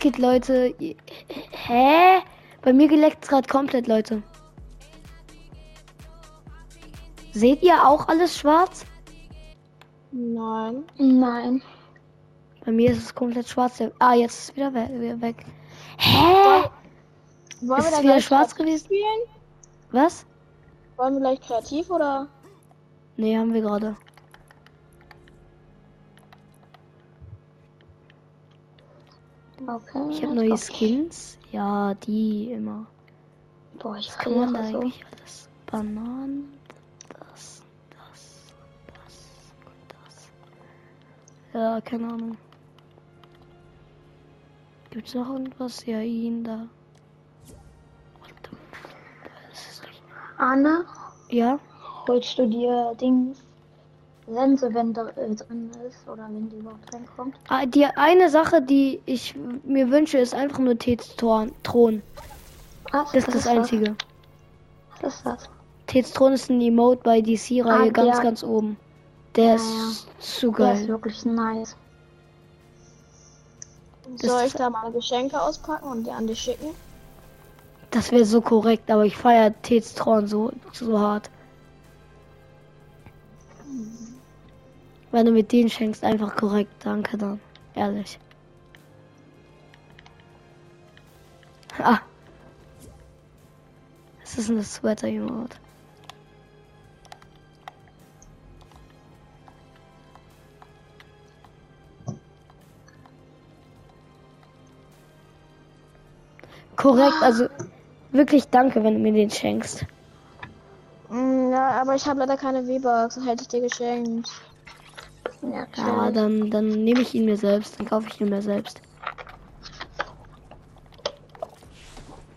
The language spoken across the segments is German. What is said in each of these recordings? geht, Leute. Hä? Bei mir geleckt's gerade komplett, Leute. Seht ihr auch alles schwarz? Nein. Nein. Bei mir ist es komplett schwarz. Ah, jetzt ist es wieder we wieder weg. Hä? Wollen Ist wir es da wieder gleich schwarz kreativ gewesen? spielen? Was? Wollen wir gleich kreativ oder? Nee, haben wir gerade. Okay. Ich habe neue okay. Skins. Ja, die immer. Boah, ich Was kann kann man da das so. Genau, eigentlich alles? Bananen, das, das, das und das. Ja, keine Ahnung. Gibt's noch irgendwas? Ja, ihn da. What the f- Das ist nicht- Anne, Ja, holst du dir Dings? Sense, wenn da äh, drin ist oder wenn die überhaupt reinkommt. Ah, die eine Sache, die ich mir wünsche, ist einfach nur Tets-Thron. Thron. Was? Das ist das Einzige. Was ist das? Tets Thron ist ein Emote bei DC-Reihe Ah, ganz, der- ganz oben. Der ist zu Der ist geil. wirklich nice. Soll ist- ich da mal Geschenke auspacken und die an dich schicken? Das wäre so korrekt, aber ich feiere Tets Thron so, so hart. Wenn du mit denen schenkst, einfach korrekt. Danke dann. Ehrlich. Ah. Was ist denn das Sweater-Emote? Korrekt, also wirklich danke, wenn du mir den schenkst. Mm, ja, aber ich habe leider keine V-Bucks, hätte ich dir geschenkt. Ja, Ja, klar. dann, dann nehme ich ihn mir selbst, dann kaufe ich ihn mir selbst.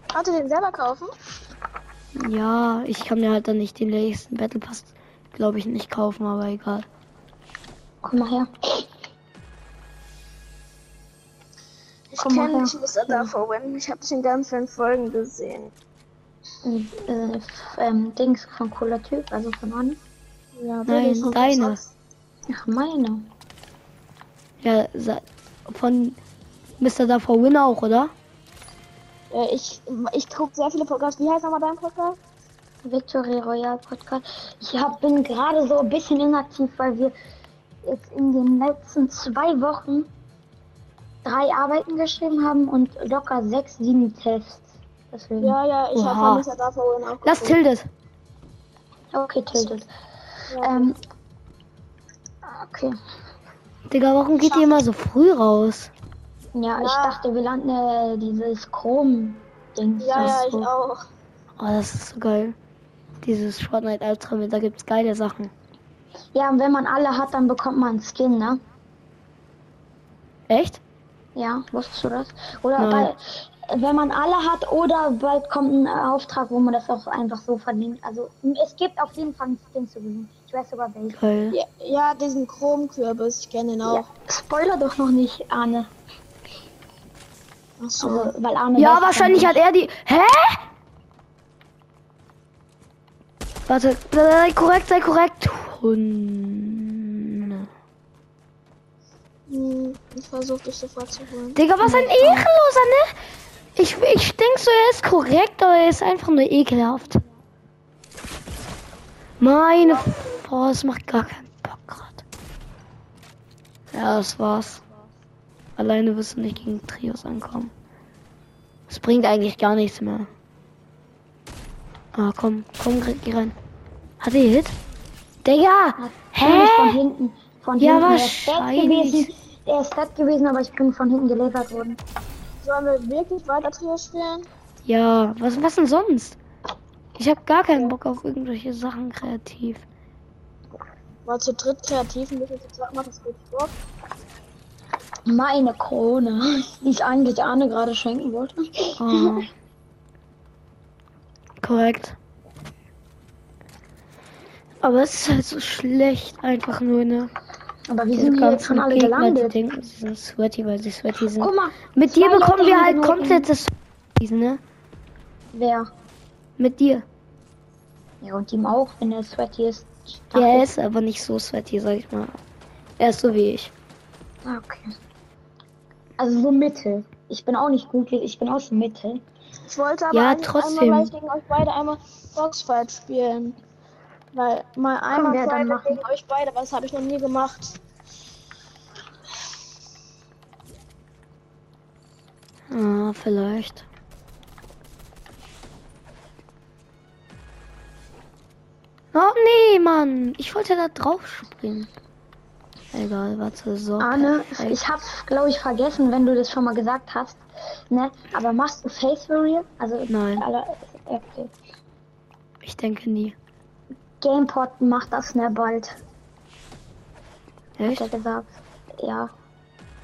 Kannst du den selber kaufen? Ja, ich kann mir halt dann nicht den nächsten Battle Pass, glaube ich, nicht kaufen, aber egal. Komm mal her. Ich Komm mal kenne her. dich, Mr. Dufferwin. Ich habe dich in ganz vielen Folgen gesehen. Ein, Äh, f- ähm, Dings von cooler Typ, also von Anne. Ja, Nein, Billy, komm, deine. was sagst Ach, meine. Ja, sa- von Mr. Davor Win auch, oder? du? Äh, ich ich gucke sehr viele Podcasts. Wie heißt nochmal dein Podcast? Victory Royale Podcast. Ich hab, bin gerade so ein bisschen inaktiv, weil wir jetzt in den letzten zwei Wochen drei Arbeiten geschrieben haben und locker sechs Sini-Tests. Deswegen. Ja, ja, ich Oha. habe von Mr. Dufferwin auch Lass geguckt. Tildet. Okay, tilted. Ja. Ähm, okay. Digga, warum geht ihr immer so früh raus? Ja, ich Ja. dachte, wir landen äh, dieses Chrom-Ding. Ja, ja, ich so. auch. Oh, das ist so geil. Dieses Fortnite Ultra, da gibt's geile Sachen. ja, und wenn man alle hat, dann bekommt man einen Skin, ne? Echt? Ja, wusstest du das? Oder Nein. bei, wenn man alle hat oder bald kommt ein äh, Auftrag, wo man das auch einfach so verdient. Also es gibt auf jeden Fall einen Skin zu gewinnen. Ich weiß sogar welchen. Geil. Ja, ja diesen Chromkürbis, ich kenne ihn auch. Ja. Spoiler doch noch nicht, Arne. Ach so. Also, weil Arne Ja, weiß wahrscheinlich dann- hat er die. Hä? Warte, sei korrekt, sei korrekt. Hunde. Hm, Ich versuche dich sofort zu holen. Digga, was ein Ekelloser, ne? Ich, ich denk so, er ist korrekt, aber er ist einfach nur ekelhaft. Meine F Boah, es macht gar keinen Bock gerade. Ja, das war's. Alleine wirst du nicht gegen Trios ankommen. Es bringt eigentlich gar nichts mehr. Ah, komm, komm, geh- geh rein. Hat er Hit? Digga! Hä? Natürlich Von hinten. Von Ja, hinten. Er ist dead wahrscheinlich. gewesen. Er ist dead gewesen, aber ich bin von hinten gelasert worden. Sollen wir wirklich weiter Trio spielen? Ja, was, was denn sonst? Ich hab gar keinen Bock auf irgendwelche Sachen kreativ. Mal zu dritt kreativ ein bisschen zu zweit macht das gut Bock. Meine Krone, die ich eigentlich Arne gerade schenken wollte. Oh. Korrekt. Aber es ist halt so schlecht, einfach nur, ne? Aber wie Diese sind wir jetzt ganzen schon alle Gegner, die gelandet? denken, sie sind sweaty, weil sie sweaty sind. Guck mal, Mit dir zwei bekommen Leute wir haben halt nur- komplettes Sweaties, ne? wer? Mit dir. Ja, und ihm auch, wenn er sweaty ist. Ja, er ist aber nicht so sweaty, sag ich mal. Er ist so wie ich. Ah, Okay. Also so Mitte. Ich bin auch nicht gut, ich bin auch schon Mittel. Ich wollte aber Ja, eigentlich trotzdem. einmal gleich gegen euch beide einmal Boxfight spielen. Weil mal einmal wir dann Friday machen. gegen euch beide, aber das habe ich noch nie gemacht. Ah, vielleicht. Oh nee, Mann. Ich wollte da drauf springen. Egal, warte, so. Äh, Arne, perfekt. ich hab's, glaube ich, vergessen, wenn du das schon mal gesagt hast. Ne? Aber machst du Face Barrier? Also, Nein. Alle, äh, okay. Ich denke nie. Gamepod macht das ne bald, hat er Echt? gesagt. Ja.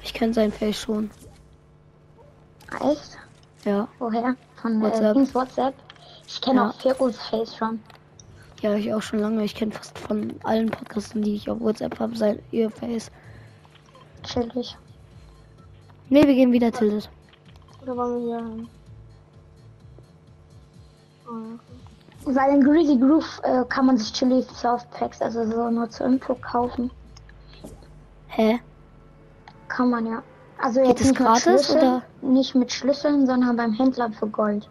Ich kenne sein Face schon. Ah, Echt? Ja. Woher? Von WhatsApp. WhatsApp. Äh, Dings WhatsApp. Ich kenne Ja. auch Firkus Face schon. Ja, ich auch schon lange. Ich kenne fast von allen Podcasten, die ich auf WhatsApp habe, sein ihr Face. Chillig. Nee, wir gehen wieder tilted. Oder wollen wir hier hin? Ah. Weil in Greedy Groove äh, kann man sich Chili Soft Packs, also so nur zur Info kaufen. Hä? Kann man ja. Also Geht jetzt das nicht mit, gratis, Schlüsseln, oder? nicht mit Schlüsseln, sondern beim Händler für Gold.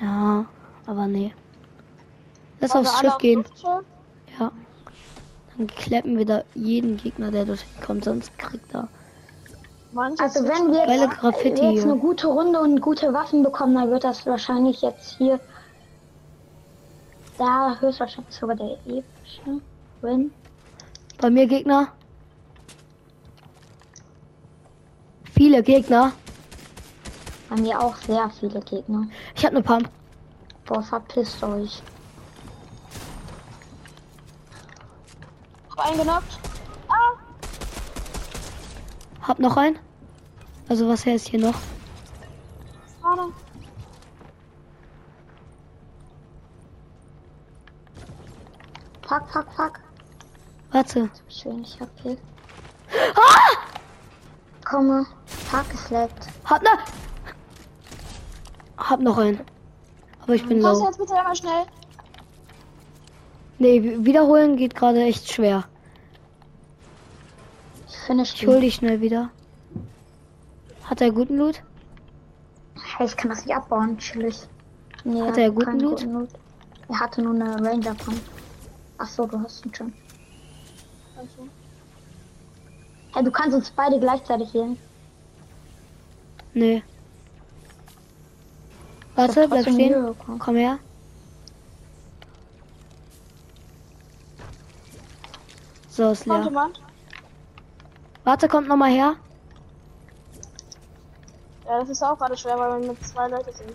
Ja, aber nee. Lass Wollen wir aufs alle Schiff gehen. aufs Schiff? Ja. Dann kleppen wir da jeden Gegner, der dorthin kommt, sonst kriegt er. Manche Also sind- wenn wir Geile jetzt, Graffiti wir jetzt hier. eine gute Runde und gute Waffen bekommen, dann wird das wahrscheinlich jetzt hier da höchstwahrscheinlich sogar der epische Win. Bei mir Gegner. Viele Gegner. Bei mir auch sehr viele Gegner. Ich habe eine Pump. Boah, verpisst euch. Hab eingenockt. Ah, Hab noch einen. Also was her ist hier noch? Schade. Fuck, fuck, fuck. Warte. Ah! Jetzt hab ich wenig HP. Komme. Fuck, es leckt. Hab ne. Hab noch einen. Aber ich bin Kannst du low. jetzt bitte einmal schnell? Nee, w- wiederholen geht gerade echt schwer. Ich finish Ich hol die. dich schnell wieder. Hat er guten Loot? Hey, ich kann das nicht abbauen, chillig. Nee, Hat er keinen guten Loot? Loot? Er hatte nur eine Ranger Pump. Ach so, du hast ihn schon. Hey, du kannst uns beide gleichzeitig healen. Nee. Ich hab Warte, bleib trotzdem stehen. Mühe bekommen. Komm her. So ist Kommt leer. jemand? Warte, kommt noch mal her. Ja, das ist auch gerade schwer, weil wir mit zwei Leuten sind.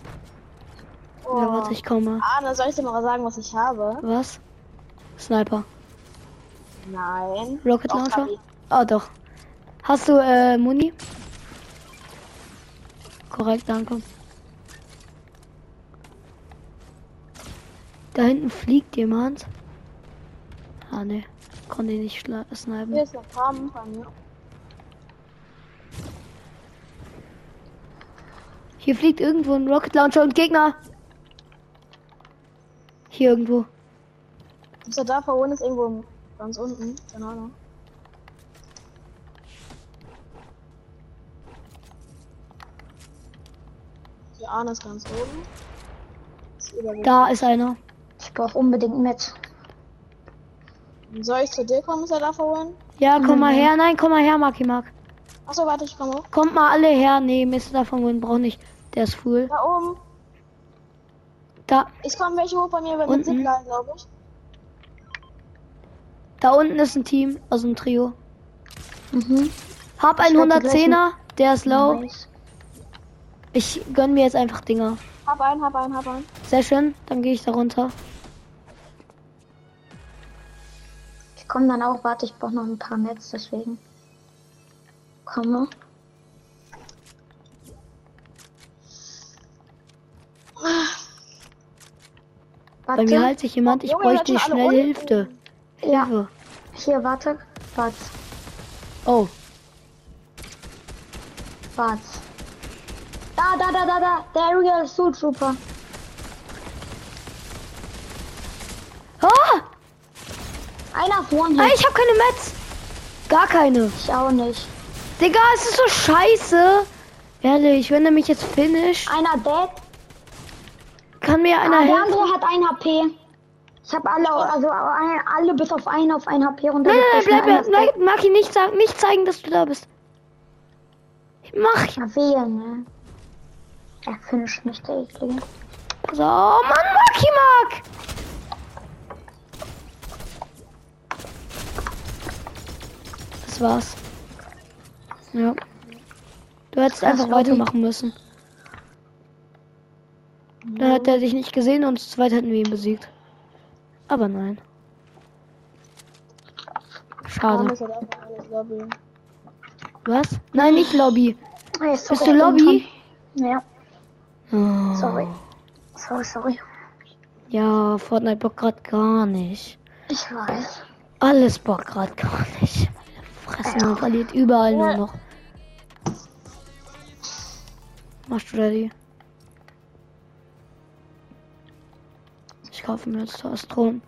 Oh. Ja, warte, ich komme. Arne, soll ich dir mal sagen, was ich habe? Was? Sniper. Nein. Rocket Doch, Launcher? hab ich. Ah, doch. Hast du äh, Muni? Korrekt, danke. Da hinten fliegt jemand. Ah, ne. Konnte ihn nicht schla- Hier snipen. ist eine Farben von mir. Hier fliegt irgendwo ein Rocket Launcher und Gegner. Hier irgendwo. Unser da vorne ist irgendwo ganz unten. Keine Ahnung. Die Arne ist ganz oben. Ist überwiegend. Da ist einer. Ich brauche unbedingt mit. Soll ich zu dir kommen, Mr. da vorne? Ja, komm mal her. Nein, komm mal her, Marki Mark. Achso, warte, ich komme hoch. Kommt mal alle her. Nee, Mr. davon Win braucht nicht. Der ist full. Da oben. Da, Ich komme welche hoch bei mir bei Unten? den Signal, glaube ich. da unten ist ein Team aus dem Trio. Mhm. Hab einen Ich werd die 110er. Der ist low. Nice. Ich gönn mir jetzt einfach Dinger. Hab einen, hab einen, hab einen. Sehr schön. Dann gehe ich da runter. Ich komme dann auch. Warte, ich brauche noch ein paar Netz, deswegen. Komme. Bei mir hält sich jemand. Ich Junge, ihr bräuchte seid schon schnell alle Hilfe. unten. Ja, Hilfe. hier, warte. Warte, Oh. warte. Da, da, da, da, da. Der Aerial Zoo Trooper. Ah! Einer auf One Ey, Hit. ich hab keine Mets. Gar keine. Ich auch nicht. Digga, es ist so scheiße. Ehrlich, wenn er mich jetzt finisht, Einer dead. kann mir einer Ah, der helfen. andere hat ein HP. Ich habe alle, also ein- alle bis auf einen auf ein HP Nein, nein, nein, runtergebracht. bleib, bleib, bleib, Maki, nicht sagen, nicht zeigen, dass du da bist. Mach, Na, wehe, ne? Er finisht mich, der Eklige. so, oh Mann, Maki, Mark! Das war's. Ja. Du hättest Krass, einfach glaub ich. weitermachen müssen. Dann hat er dich nicht gesehen und zu zweit hätten wir ihn besiegt. Aber nein. Da Schade. muss halt einfach alles Lobby. Was? Nein, nicht Lobby. Ey, sorry, Bist du ich bin Lobby? dran. Ja, Oh. sorry. Sorry, sorry. Ja, Fortnite bockt grad gar nicht. Ich weiß. Alles bockt grad gar nicht. Meine Fresse, man verliert überall nur noch. Machst du ready? Ich kaufe mir jetzt Astron.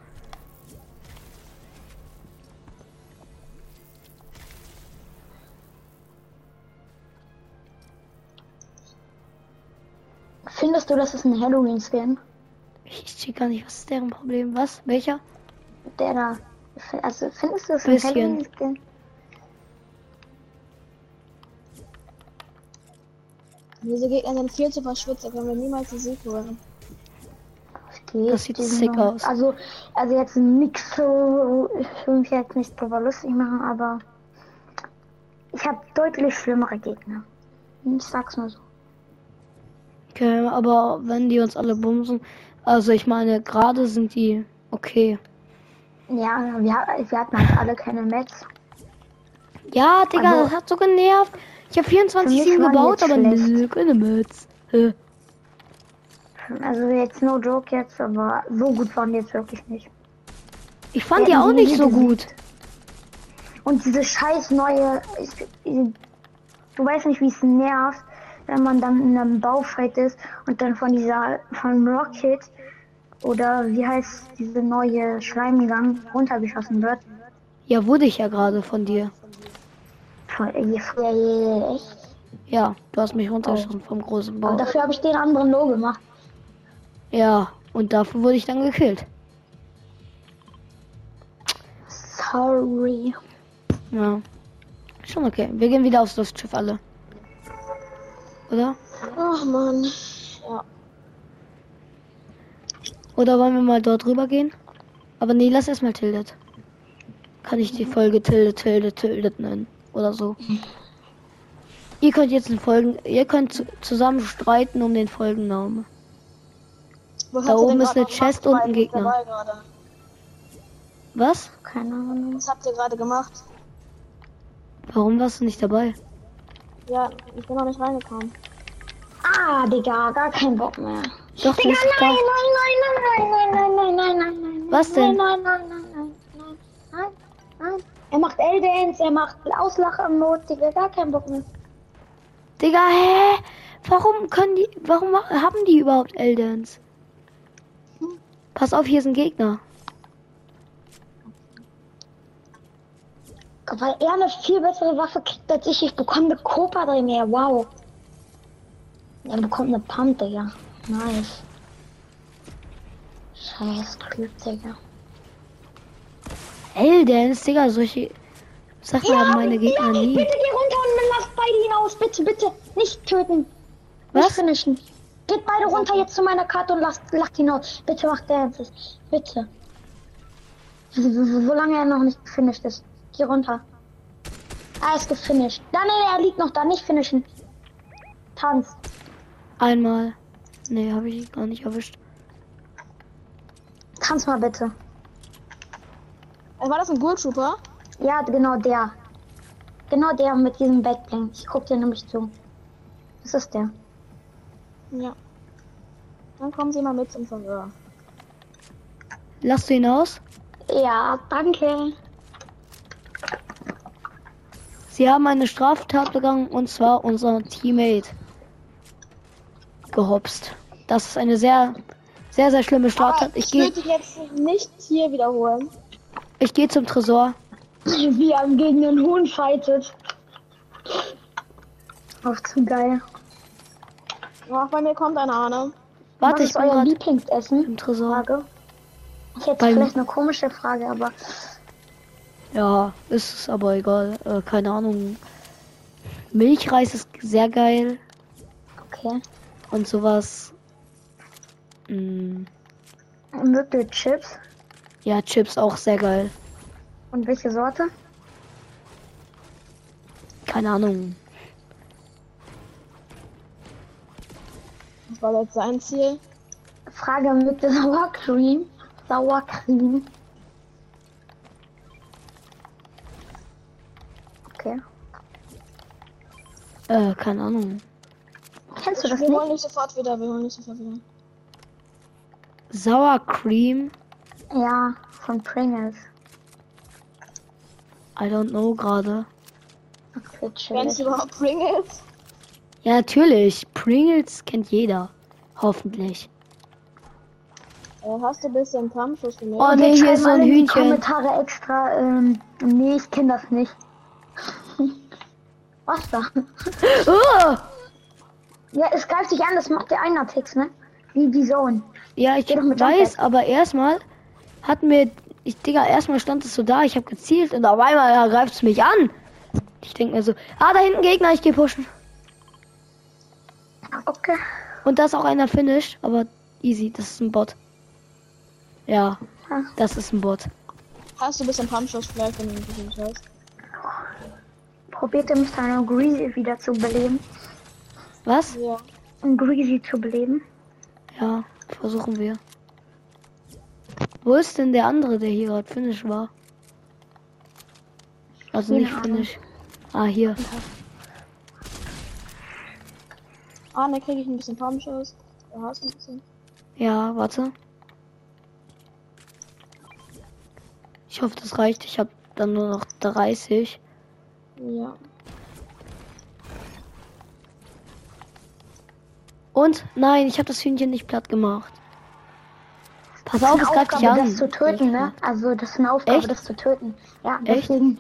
Findest du, das ist ein Halloween-Skin? Ich sehe gar nicht, was ist deren Problem? Was? Welcher? Der da. Also, findest du, das ist Bisschen. ein Halloween-Skin? Diese Gegner sind viel zu verschwitzt, da können wir niemals den Sieg holen. Geht, Das sieht die sick sind- aus. Also, also jetzt nix so, ich will mich jetzt nicht drüber lustig machen, aber ich habe deutlich schlimmere Gegner. Ich sag's nur so. Okay, aber wenn die uns alle bumsen. Also ich meine, gerade sind die okay. Ja, wir, wir hatten halt alle keine Mets. Ja, Digga, Also- das hat so genervt. Ich habe 24 Für mich Siegen waren die gebaut, jetzt aber schlecht. nö, keine Mütz. Hä? Also jetzt no joke jetzt, aber so gut waren die jetzt wirklich nicht. Ich fand die Ja, die auch sind nicht nie so gesiegt. gut. Und diese scheiß neue, ich, ich, du weißt nicht, wie es nervt, wenn man dann in einem Baufight ist und dann von dieser, von Rocket oder wie heißt diese neue Schleimgang runtergeschossen wird. Ja, wurde ich ja gerade von dir. Voll, äh, voll, äh, echt. Ja, du hast mich runtergeschossen vom großen Aber Baum. dafür habe ich den anderen Low gemacht. Ja, und dafür wurde ich dann gekillt. Sorry. Ja. Schon okay. Wir gehen wieder aufs Luftschiff alle. Oder? Ach man. Ja. Oder wollen wir mal dort rüber gehen? Aber nee, lass erstmal Tildet. Kann ich die Folge Tilde, Tilde, Tildet nennen? Oder so. Ihr könnt jetzt den Folgen, ihr könnt zu, zusammen streiten um den Folgennamen. Wo Da habt ihr oben denn ist gerade eine noch Chest gemacht? und ein Weil ich Gegner. dabei gerade. Was? Keine Ahnung. Was habt ihr gerade gemacht? Warum warst du nicht dabei? Ja, ich bin noch nicht reingekommen. Ah, Digga, gar kein Bock mehr. Doch, du Digga, bist nein, da. nein, nein, nein, nein, nein, nein, nein, nein, nein. Was denn? Nein, nein, nein, nein, nein, nein, nein. Er macht L-Dance, er macht Auslachen-Mode, Digga, gar kein Bock mehr. Digga, hä? Warum können die, warum ma- haben die überhaupt Eldens? Pass auf, hier ist ein Gegner. Weil er eine viel bessere Waffe kriegt als ich. Ich bekomme eine Copa drin mehr, wow. Er bekommt eine Pump, Digga. Nice. Scheiß Typ, Digga. Eldens, Digga, solche. Sag mal, haben meine Gegner ja, nie. bitte geh runter und lasst beide hinaus. Bitte, bitte. Nicht töten. Nicht Was? finishen. Geht beide runter jetzt zu meiner Karte und lasst, lacht hinaus. Bitte macht Dances. Bitte. So- so- so- Solange er noch nicht gefinisht ist. Geh runter. Er ist gefinisht. Dann, er liegt noch da. Nicht finishen. Tanz. Einmal. Nee, habe ich gar nicht erwischt. Tanz mal bitte. Äh, War das ein Ghoul Trooper? Ja, genau der. Genau der mit diesem Backblink. Ich guck dir nämlich zu. Das ist der. Ja. Dann kommen sie mal mit zum Verhör. Lass du ihn aus? Ja, danke. Sie haben eine Straftat begangen und zwar unser Teammate gehopst. Das ist eine sehr, sehr, sehr schlimme Straftat. Ich ich gehe würde dich jetzt nicht hier wiederholen. ich geh zum Tresor. Wie er gegen den Huhn fightet. Auch zu geil. Auch bei mir kommt ne? eine Ahne. Warte, Was ich ist bin euer gerade Lieblingsessen? im Tresor. Frage. Ich hätte Beim- vielleicht eine komische Frage, aber Ja, ist es aber egal. Äh, keine Ahnung. Milchreis ist sehr geil okay. und sowas. Mm, Mögt ihr Chips? ja, Chips auch sehr geil. Und welche Sorte? Keine Ahnung. Das war jetzt sein Ziel. Frage, mögt ihr Sour Cream? Sour Cream. Okay. Äh, keine Ahnung. Kennst du das Wir nicht? holen dich sofort wieder, wir holen dich sofort wieder. Sour Cream. Ja, von Pringles. I don't know gerade. Okay, Wenn es chillig. überhaupt Pringles. Ja, natürlich. Pringles kennt jeder. Hoffentlich. Äh, hast du ein bisschen Kampfschuss für mich? Oh Und ne, jetzt hier schreiben ist so alle ein in die Hühnchen. Kommentare extra, ähm, nee, ich kenne das nicht. Was da? Oh! Ja, es greift sich an, das macht der Einertix, ne? Wie die Zone. Ja, ich Geh doch mit weiß, Jumphead. aber erstmal hat mir. Ich, Digga, erstmal stand es so da, ich habe gezielt und auf einmal ja, greift es mich an. Ich denke mir so, ah, da hinten Gegner, ich geh pushen. Okay. Und da ist auch einer finished, aber easy, das ist ein Bot. Ja, Ah. das ist ein Bot. Hast du ein bisschen Kampfschuss vielleicht, wenn du ein bisschen hast? Probiert ihr mich dann um Greasy wieder zu beleben. Was? Ja. Um Greasy zu beleben. Ja, versuchen wir. Wo ist denn der andere, der hier gerade finish war? Also Keine nicht Ahnung. finish. Ah, hier. Ah, dann kriege ich ein bisschen Kampfschuss. Du hast ein bisschen. Ja, warte. Ich hoffe, das reicht. Ich habe dann nur noch 30. Ja. Und nein, ich habe das Hühnchen nicht platt gemacht. Pass auf, Eine es greift dich Aufgabe, an. das zu töten, ne? Also, das ist eine Aufgabe, Echt? das zu töten. Ja, Echt? deswegen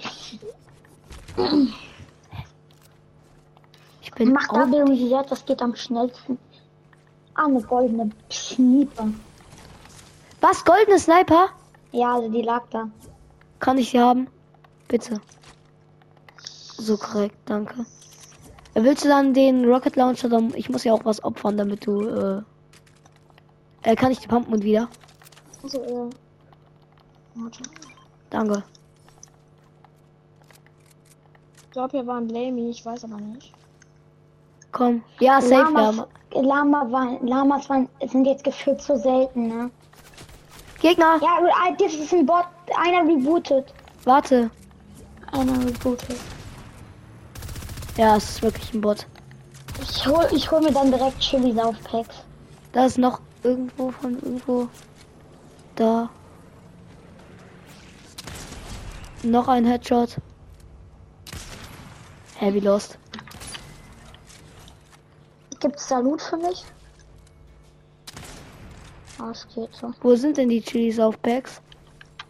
Ich bin macht auf. W und Z, das geht am schnellsten. Ah, eine goldene Schnieper. Was? Goldene Sniper? Ja, also die lag da. Kann ich sie haben? Bitte. So korrekt, danke. Äh, Willst du dann den Rocket Launcher? Dann, ich muss ja auch was opfern, damit du. Äh, äh, kann ich die Pumpen und wieder? Also, äh. Warte. Danke. Ich glaube, hier war ein Lamy, ich weiß aber nicht. Komm. Ja, Ah, safe Lama. Lamas, Lama waren, Lamas waren, sind jetzt gefühlt so selten, ne? Gegner, Ja, ah, das ist ein Bot, einer rebootet. warte. Einer rebootet. Ja, es ist wirklich ein Bot. Ich hol, ich hol mir dann direkt Chili Saufpacks. Da ist noch irgendwo von irgendwo. Da. Noch ein Headshot. Heavy Lost. Gibt's da Loot für mich? Ah, es geht so. Wo sind denn die Chilis auf Packs?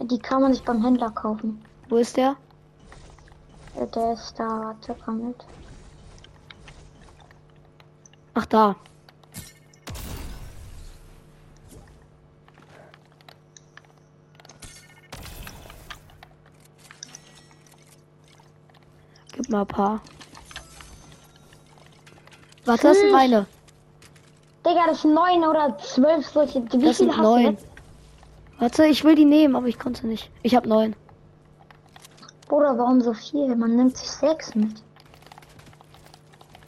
Die kann man sich beim Händler kaufen. Wo ist der? Äh, Der ist da, warte, komm mit. Ach, da. Gib mal ein paar. Warte, das sind Fünf. meine. Digga, das sind neun oder zwölf solche. Wie Das viele sind hast du neun. jetzt? Warte, ich will die nehmen, aber ich konnte nicht. Ich habe neun. Bruder, warum so viel? Man nimmt sich sechs mit.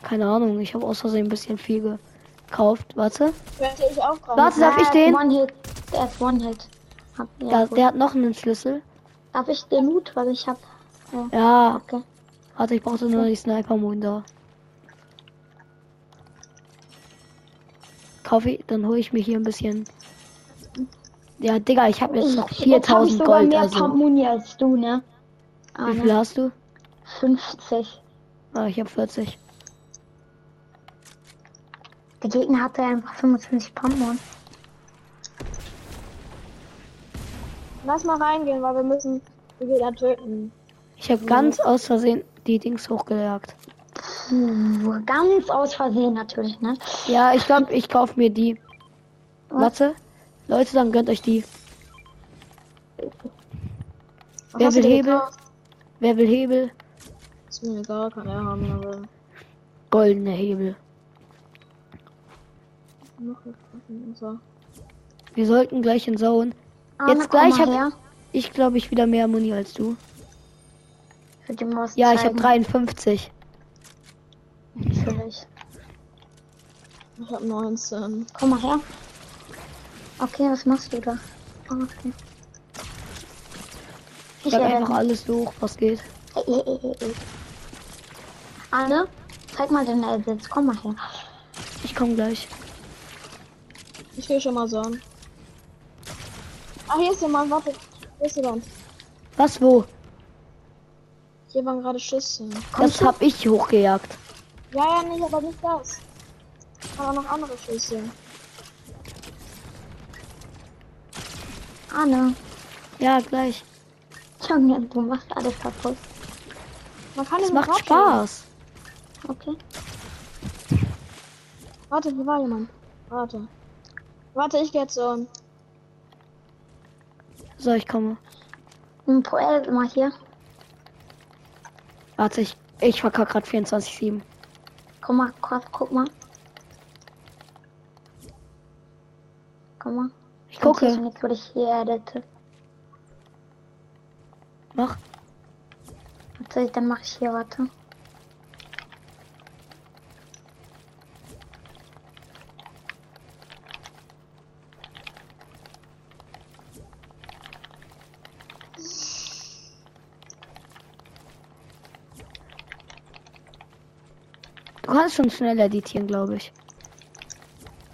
Keine Ahnung, ich habe aus Versehen ein bisschen viel gekauft. Warte. Könnte ich auch kommen. Warte, darf Ah, ich den? One Hit. Er ist One Hit. Hab, ja, Da, gut. der hat noch einen Schlüssel. Darf ich den Loot, weil ich hab. Ja. Okay. Warte, ich brauchte nur die Sniper Moon da. Kaufe ich, dann hole ich mir hier ein bisschen. Ja, Digga, ich habe jetzt noch Ich- jetzt hab ich 4000 sogar Gold. mehr Also. Pamuni als du, ne? Ah, Wie viel ne? hast du? 50. Ah, ich habe 40. Der Gegner hatte einfach 25 Pammun. Lass mal reingehen, weil wir müssen die Gegner töten. Ich habe ganz aus Versehen die Dings hochgejagt. Puh, ganz aus Versehen natürlich, ne? Ja, ich glaube, ich kaufe mir die. Was? Warte. Leute, dann gönnt euch die. Was Wer hast will du dir Hebel? gekauft? Wer will Hebel? Ist mir egal, kann er haben, aber. Goldene Hebel. Noch nicht. Und so. Wir sollten gleich in Zone. Arne, Jetzt gleich komm mal hab- her. Ich glaube, ich wieder mehr Muni als du. Ich will dir mal was Ja, ich habe zeigen. 53. Natürlich. Ich hab 19. Komm mal her. Okay, was machst du da? Oh, okay. Ich Ich sag werde einfach alles so hoch, was geht. Oh, Ey, ey, ey, ey, ey. Anne, zeig mal deine Assets. Komm mal her. Ich komme gleich. Ich geh schon mal so an. Ah, hier ist jemand, warte. Hier ist jemand. Was wo? Hier waren gerade Schüsse. Das hab ich hochgejagt. Ja, ja, nicht, aber nicht das. Aber noch andere Schüsse. Anne, Ja, gleich. Junge, du machst alles kaputt. Man kann Es den macht Kopf Spaß. Okay. schießen. Warte, hier war jemand. Warte. Warte, ich geh jetzt so. an. So, ich komme. Ein Poel mal hier. Warte, ich, ich verkack grad 24-7. Komm mal, kurz, guck mal. Komm mal. Ich gucke. Jetzt würde ich hier edite. Mach. Warte, dann mache ich hier, warte. Du kannst schon schnell editieren, glaube ich.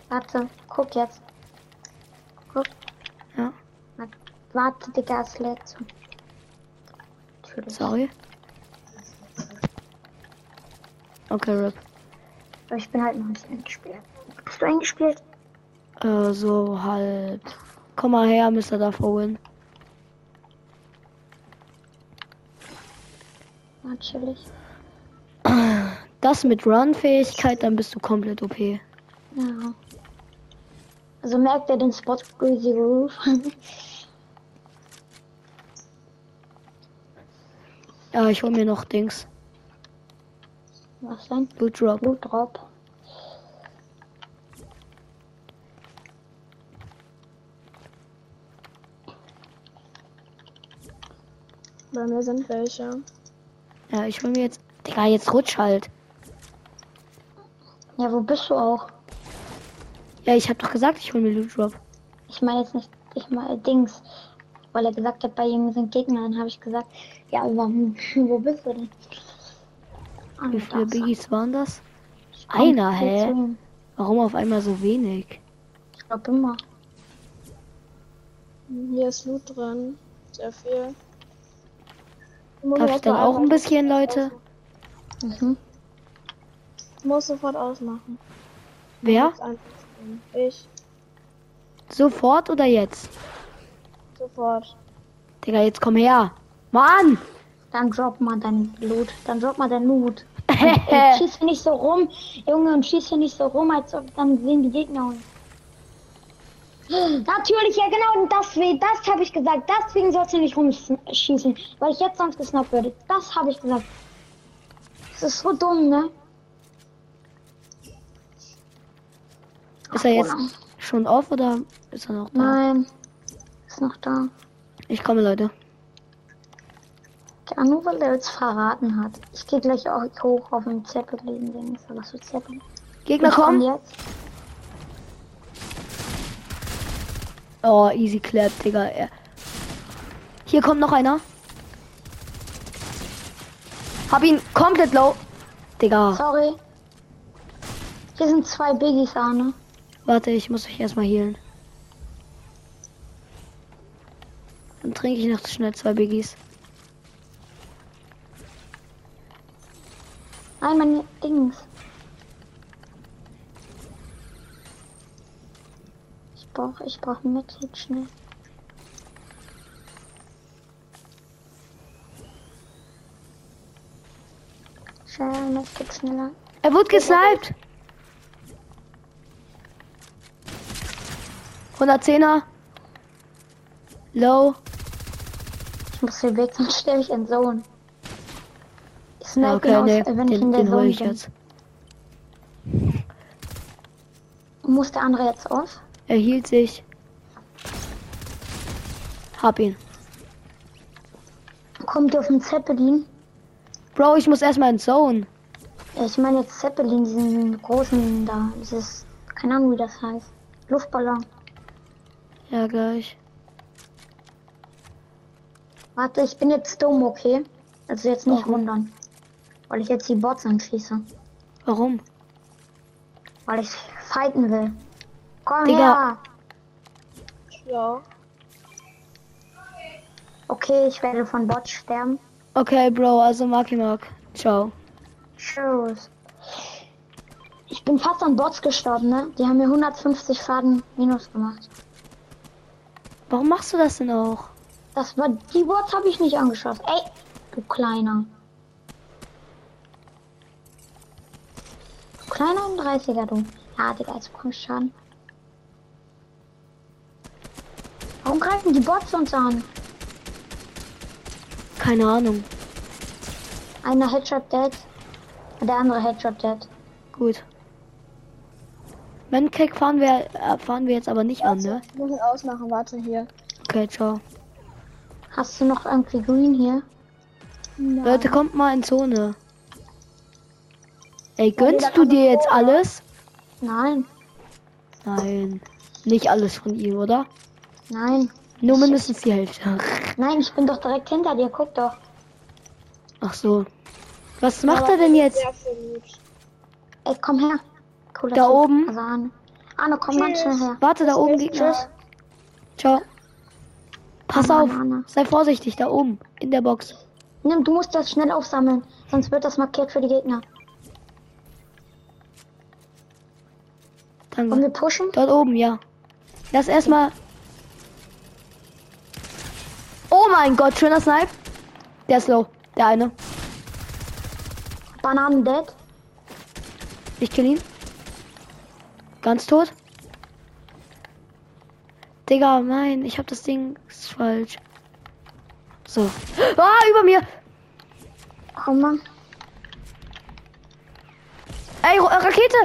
Warte, guck jetzt. Guck. Ja. Warte, warte Digga, es lädt so. Natürlich. Sorry. Okay, Rip. Aber ich bin halt noch nicht eingespielt. Bist du eingespielt? Äh, so halb. Komm mal her, Mr. Duffowen. Natürlich. Das mit Run-Fähigkeit, dann bist du komplett OP. Ja. Also merkt ihr den Spot Crazy Roof? Ja, Äh, ich hol mir noch Dings. Was denn? Loot Drop. Blue Drop. Bei mir sind welche. Ja, ich hol mir jetzt. Digga, jetzt rutsch halt. Ja, wo bist du auch? Ja, ich hab doch gesagt, ich hol mir Loot Drop. Ich meine jetzt nicht, ich meine Dings. Weil er gesagt hat, bei ihm sind Gegner. Dann habe ich gesagt, ja, aber hm, wo bist du denn? Ah, Wie viele da ist er. Biggies waren das? Ich komm Einer, viel zu hä? ihm. Warum auf einmal so wenig? Ich glaube immer. Hm, Hier ist Loot drin. Sehr viel. muss Darf jetzt ich dann mal auch ein einmal- bisschen, Leute? Mhm. Ich muss sofort ausmachen. Wer? Jetzt einfach spielen. Ich. Sofort oder jetzt? Sofort. Digga, jetzt komm her. Mann! Dann drop mal dein Loot. Dann drop mal dein Loot. Ey, schieß hier nicht so rum, Junge, und schieß hier nicht so rum, als ob dann sehen die Gegner uns. Natürlich, ja genau, und das, we- das habe ich gesagt. Deswegen sollst du nicht rumschießen, weil ich jetzt sonst gesnappt würde. Das habe ich gesagt. Das ist so dumm, ne? Ist er jetzt schon auf oder ist er noch da? Nein. Ist noch da. Ich komme, Leute. Ja, nur weil er uns verraten hat. Ich gehe gleich auch hoch auf den Zeppelin, den ist aber so Zeppelin. Gegner Ich komm kommen. jetzt. Oh, easy clap, Digga. Er- Hier kommt noch einer. Hab ihn komplett low. Digga, Sorry. Hier sind zwei Biggies, Arne. warte, ich muss mich erstmal healen. Dann trinke ich noch schnell zwei Biggies. Nein, meine Dings. Ich brauche, ich brauche ein Mitglied schnell. Schnell. Nein, das geht schneller. Er wurde gesniped. 110er. Low. Ich muss hier weg, sonst sterbe ich in Zone. Ich Ja, snipe okay, aus, nee, äh, wenn ich den, in der den hole Zone ich bin. jetzt. Muss der andere jetzt auf? Er hielt sich. Hab ihn. Kommt ihr auf den Zeppelin? Bro, ich muss erstmal in Zone. Ich meine jetzt Zeppelin, diesen großen da. Dieses, keine Ahnung wie das heißt. Luftballon. Ja, gleich. Warte, ich bin jetzt dumm, okay? Also jetzt nicht Warum? wundern. Weil ich jetzt die Bots anschieße. Warum? Weil ich fighten will. Komm Digga. her! Ja. Okay, ich werde von Bots sterben. Okay, Bro, also Marky Mark. Ciao. Tschüss. Ich bin fast an Bots gestorben, ne? Die haben mir 150 Schaden minus gemacht. Warum machst du das denn auch? Das war die Bots habe ich nicht angeschossen. Ey, du kleiner. Du kleiner 30er, du. Ja, Digga, jetzt bekommst du Schaden. Warum greifen die Bots uns an? Keine Ahnung. Einer Headshot dead. und Der andere Headshot dead. Gut. Mancake fahren wir, äh, fahren wir jetzt aber nicht an, ne? Ich muss ihn ausmachen, warte hier. Okay, ciao. Hast du noch irgendwie Green hier? Leute, kommt mal in Zone. Ey, jeder gönnst du kann dir doch jetzt alles? Nein, Nein. Nicht alles von ihm, oder? nein, Nur mindestens die Hälfte. nein, ich bin doch direkt hinter dir, guck doch. Ach so. Was macht er denn jetzt? Sehr verliebt. Ey, komm her. Cooler Da Typ. oben? Also Arne. Arne, komm Tschüss. ganz schnell her. Warte, da oben Oh, Gegner. Tschüss. Ciao. Pass Mann, auf. Mann, Mann. Sei vorsichtig, da oben. In der Box. Nimm, du musst das schnell aufsammeln, sonst wird das markiert für die Gegner. Wollen Danke. wir pushen? Dort oben, ja. Lass erstmal. Oh mein Gott, schöner Snipe. Der ist low. Der eine. Bananen dead. Ich kill ihn. Ganz tot. Digga, nein, ich hab das Ding ist falsch. So. Ah, über mir. Komm mal. Ey, Ra- Rakete.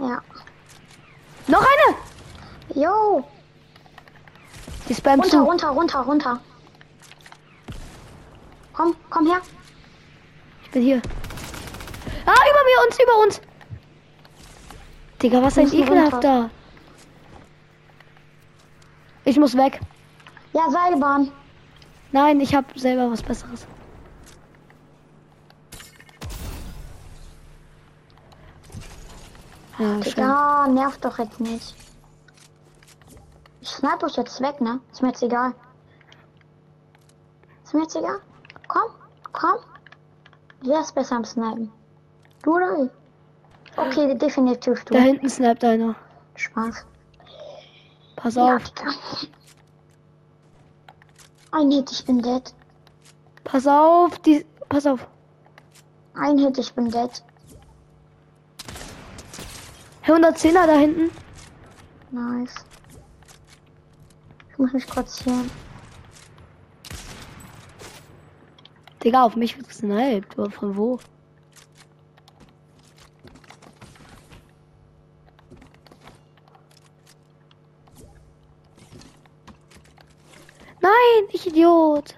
Ja. Noch eine. Jo. Die spammt Runter, zu. runter, runter, runter. Komm, komm her. Ich bin hier. Ah, über mir uns, über uns. Digga, was ein müssen runter. ekelhafter. Ich muss weg. Ja, Seilbahn. Nein, ich habe selber was Besseres. Ja, schön. Digga, nervt doch jetzt nicht. Ich snipe euch jetzt weg, ne? Ist mir jetzt egal. Ist mir jetzt egal? Komm, komm. Wer ist besser am Snipen? Du oder ich? Okay, definitiv Da du. hinten snappt einer. Spaß. Pass Ja, auf, Digga. Ein Hit, ich bin dead. pass auf, die, pass auf. Ein Hit, ich bin dead. 110er da hinten. Nice. Ich muss mich kurz hier. Digga, auf mich wird gesniped. Aber Von wo? Nein, ich Idiot.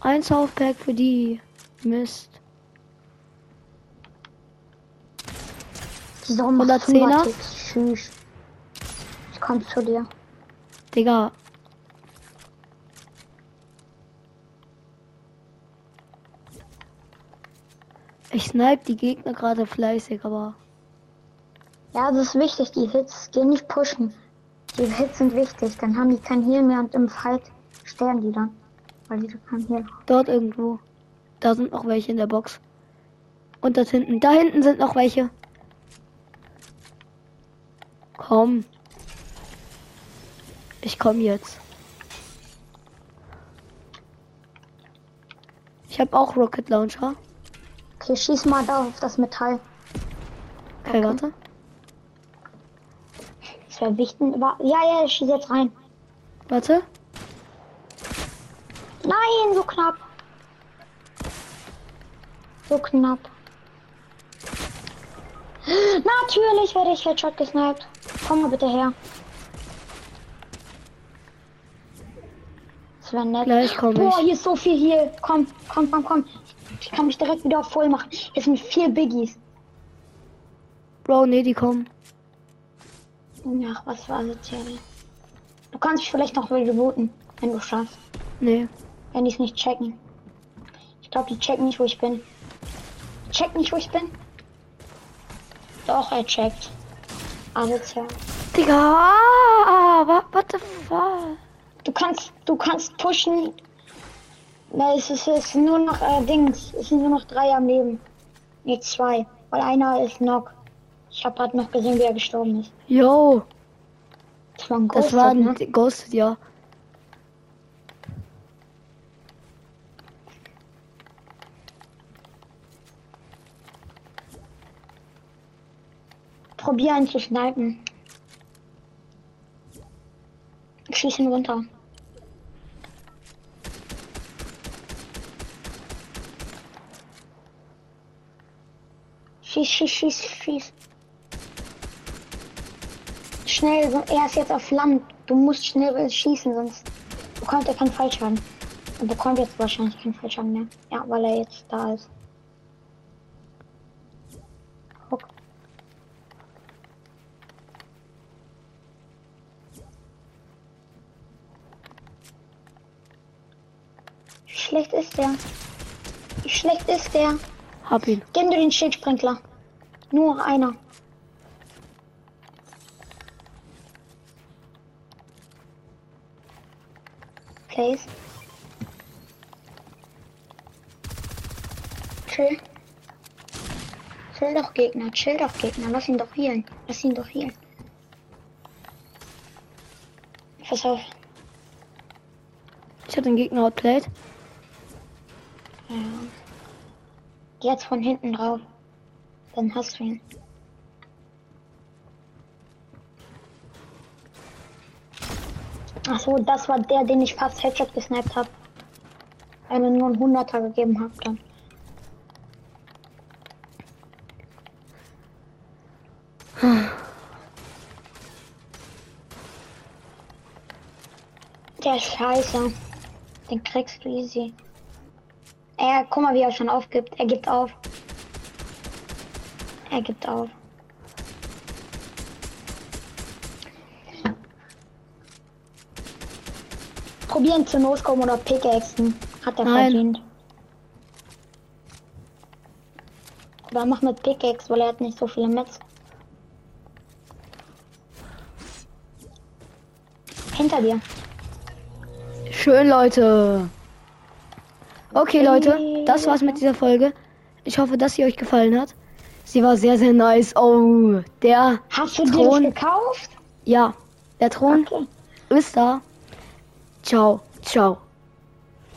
Ein Softpack für die. Mist. Wieso machst du 110er? Matrix? Tschüss. Ich komm zu dir. Digga. Ich snipe die Gegner gerade fleißig, aber Ja, das ist wichtig, die Hits. Geh nicht pushen. Die Hits sind wichtig, dann haben die kein Heal mehr und im Fight sterben die dann. Weil die kein Heal haben. dort irgendwo. Da sind noch welche in der Box. Und dort hinten. Da hinten sind noch welche. Komm. Ich komm jetzt. Ich habe auch Rocket Launcher. Okay, schieß mal da auf das Metall. Okay, warte. Das wäre wichtig. aber- Ja, ja, ich schieß jetzt rein. Warte. Nein, so knapp. So knapp. Natürlich werde ich Headshot gesniped. Komm mal bitte her. Das wäre nett. Gleich komm Boah, ich. hier ist so viel hier. Komm, komm, komm, komm. Ich kann mich direkt wieder auf voll machen. Hier sind vier Biggies. Bro, nee, die kommen. Ach, was für asozial. Du kannst mich vielleicht noch welche booten, wenn du schaffst. Nee. wenn die es nicht checken. Ich glaube, die checken nicht, wo ich bin. Check nicht, wo ich bin? Doch, er checkt. Asozial. Digga, ah, wa- what the fuck? Du kannst, du kannst pushen. Na, es ist, es sind nur noch äh, Dings. Es sind nur noch drei am Leben. Ne, zwei. Weil einer ist knock. Ich habe gerade noch gesehen, wie er gestorben ist. Yo, Das war ein das Ghost, war ein ne? Ghost, ja. Probier ihn zu snipen. Ich Schieß ihn runter. Schieß, schieß, schieß, schieß. Schnell, so- er ist jetzt auf Land. Du musst schnell schießen, sonst bekommt er keinen Fallschaden. Er bekommt jetzt wahrscheinlich keinen Fallschaden mehr. Ja, weil er jetzt da ist. Guck. Wie schlecht ist der? Wie schlecht ist der? Hab ihn. Gib mir den Schildsprenkler. Nur einer. Please. Chill. Chill doch Gegner, chill doch Gegner, lass ihn doch healen. Lass ihn doch healen. Pass auf. Ich hab den Gegner outplayed. Ja. Geh Jetzt von hinten drauf. Dann hast du ihn. Achso, das war der, den ich fast Headshot gesniped habe. Einen nur einen 100er gegeben habe dann. Der ist scheiße. Den kriegst du easy. Er, guck mal, wie er schon aufgibt. Er gibt auf. Er gibt auf. Probieren zu Noscom oder Pickaxen. Hat er Nein. verdient. Aber mach mit Pickaxe, weil er hat nicht so viele Metz. Hinter dir. Schön, Leute. Okay, Leute, das war's mit dieser Folge. Ich hoffe, dass sie euch gefallen hat. Sie war sehr, sehr nice. Oh, der, Hast du den Thron. gekauft? ja, der Thron Okay. ist da. Ciao, ciao.